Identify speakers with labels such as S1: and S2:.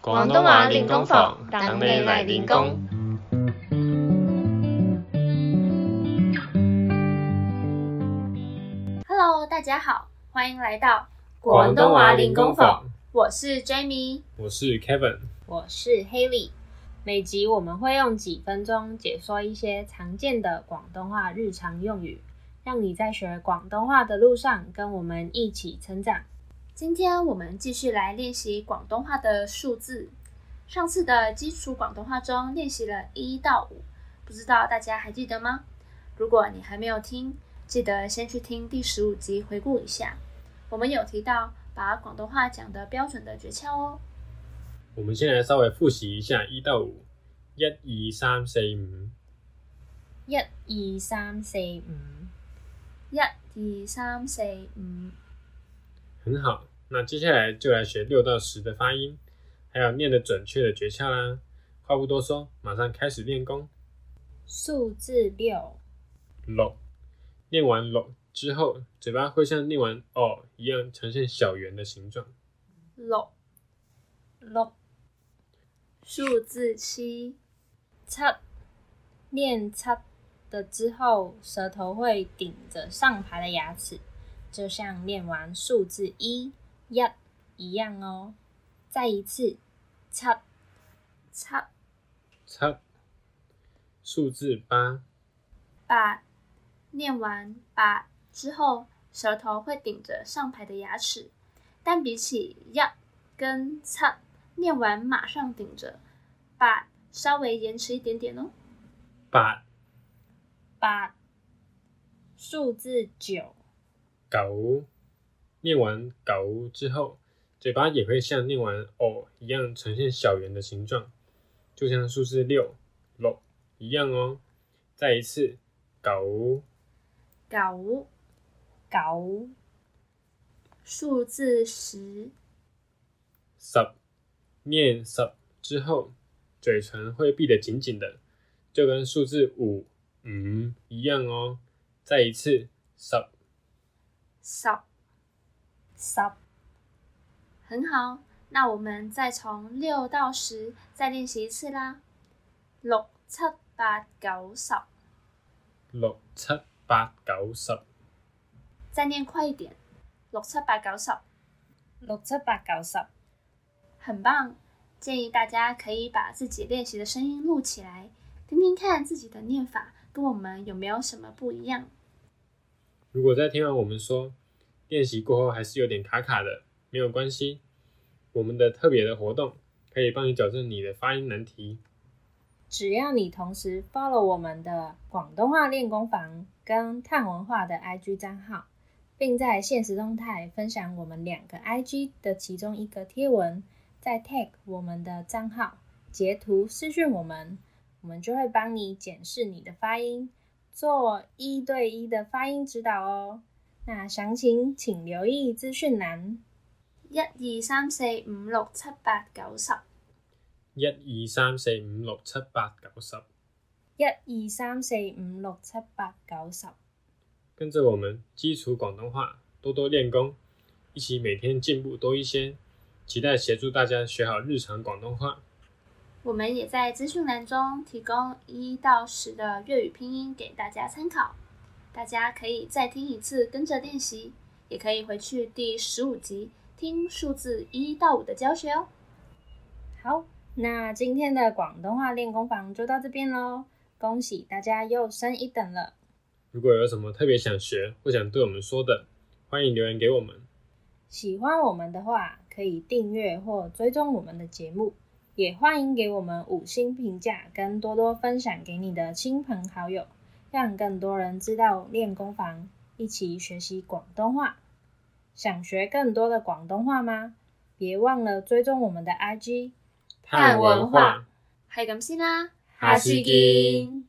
S1: 广东话練功房，等你嚟練功。
S2: Hello，大家好，欢迎来到
S1: 广东話練功房，
S2: 我是 Jamie，
S1: 我是 Kevin。
S3: 我是 Haley。每集我们会用几分钟解说一些常见的广东话日常用语，让你在学广东话的路上跟我们一起成长。
S2: 今天我们继续来练习广东话的数字。上次的基础广东话中练习了一到五，不知道大家还记得吗？如果你还没有听，记得先去听第十五集回顾一下。我们有提到把广东话讲得标准的诀窍哦。
S1: 我们先来稍微复习一下一到五，一、二、三、四、五，
S3: 一、二、三、四、五。
S2: 一、二、三、四、五。
S1: 很好。那接下来就来学六到十的发音，还有念得准确的诀窍啦。话不多说，马上开始练功。
S3: 数字六，
S1: 咯，念完咯之后，嘴巴会像念完哦一样呈现小圆的形状。
S2: 六，
S3: 六
S2: 数字七，
S3: 七，念七的之后，舌头会顶着上排的牙齿，就像念完数字一一一样哦。再一次，七，
S2: 七、
S1: 七，数字八，
S2: 八。念完八之后，舌头会顶着上排的牙齿，但比起一跟七，念完马上顶着，八稍微延迟一点点哦。
S1: 八、
S3: 八，数字九，
S1: 九，念完九之后，嘴巴也会像念完哦一样呈现小圆的形状，就像数字六、六一样哦。再一次，九、
S2: 九
S3: 九
S2: 数字十，
S1: 十，念十之后，嘴唇会闭得紧紧的，就跟数字五、五一样哦。再一次，十。
S2: 十，
S3: 十
S2: 很好。那我们再从六到十再练习一次啦。六、七、八、九、十，
S1: 六、七、八、九、十，
S2: 再念快一点。六、七、八、九、十。
S3: 六七八九十。
S2: 很棒！建议大家可以把自己练习的声音录起来，听听看自己的念法跟我们有没有什么不一样。
S1: 如果在听完我们说练习过后还是有点卡卡的，没有关系，我们的特别的活动可以帮你矫正你的发音难题。
S3: 只要你同时 follow 我们的广东话练功房跟探文化的 IG 账号，并在现实动态分享我们两个 IG 的其中一个贴文，再 tag 我们的账号，截图私讯我们，我们就会帮你检视你的发音，做一对一的发音指导哦。那详情请留意资讯栏。
S2: 一、二、三、四、五、六、七、八、九、十。
S1: 一、二、三、四、五、六、七、八、九、十，
S3: 一二三四五六七八九十。
S1: 跟着我们基础广东话多多练功，一起每天进步多一些。期待协助大家学好日常广东话。
S2: 我们也在资讯栏中提供一到十的粤语拼音给大家参考，大家可以再听一次跟着练习，也可以回去第十五集听数字一到五的教学哦。
S3: 好，那今天的广东话练功房就到这边喽，恭喜大家又升一等了。
S1: 如果有什么特别想学或想对我们说的，欢迎留言给我们。
S3: 喜欢我们的话，可以订阅或追踪我们的节目，也欢迎给我们五星评价，跟多多分享给你的亲朋好友，让更多人知道练功房，一起学习广东话。想学更多的广东话吗？别忘了追踪我们的 IG，
S2: 探文化係咁先啦，
S1: 下次見。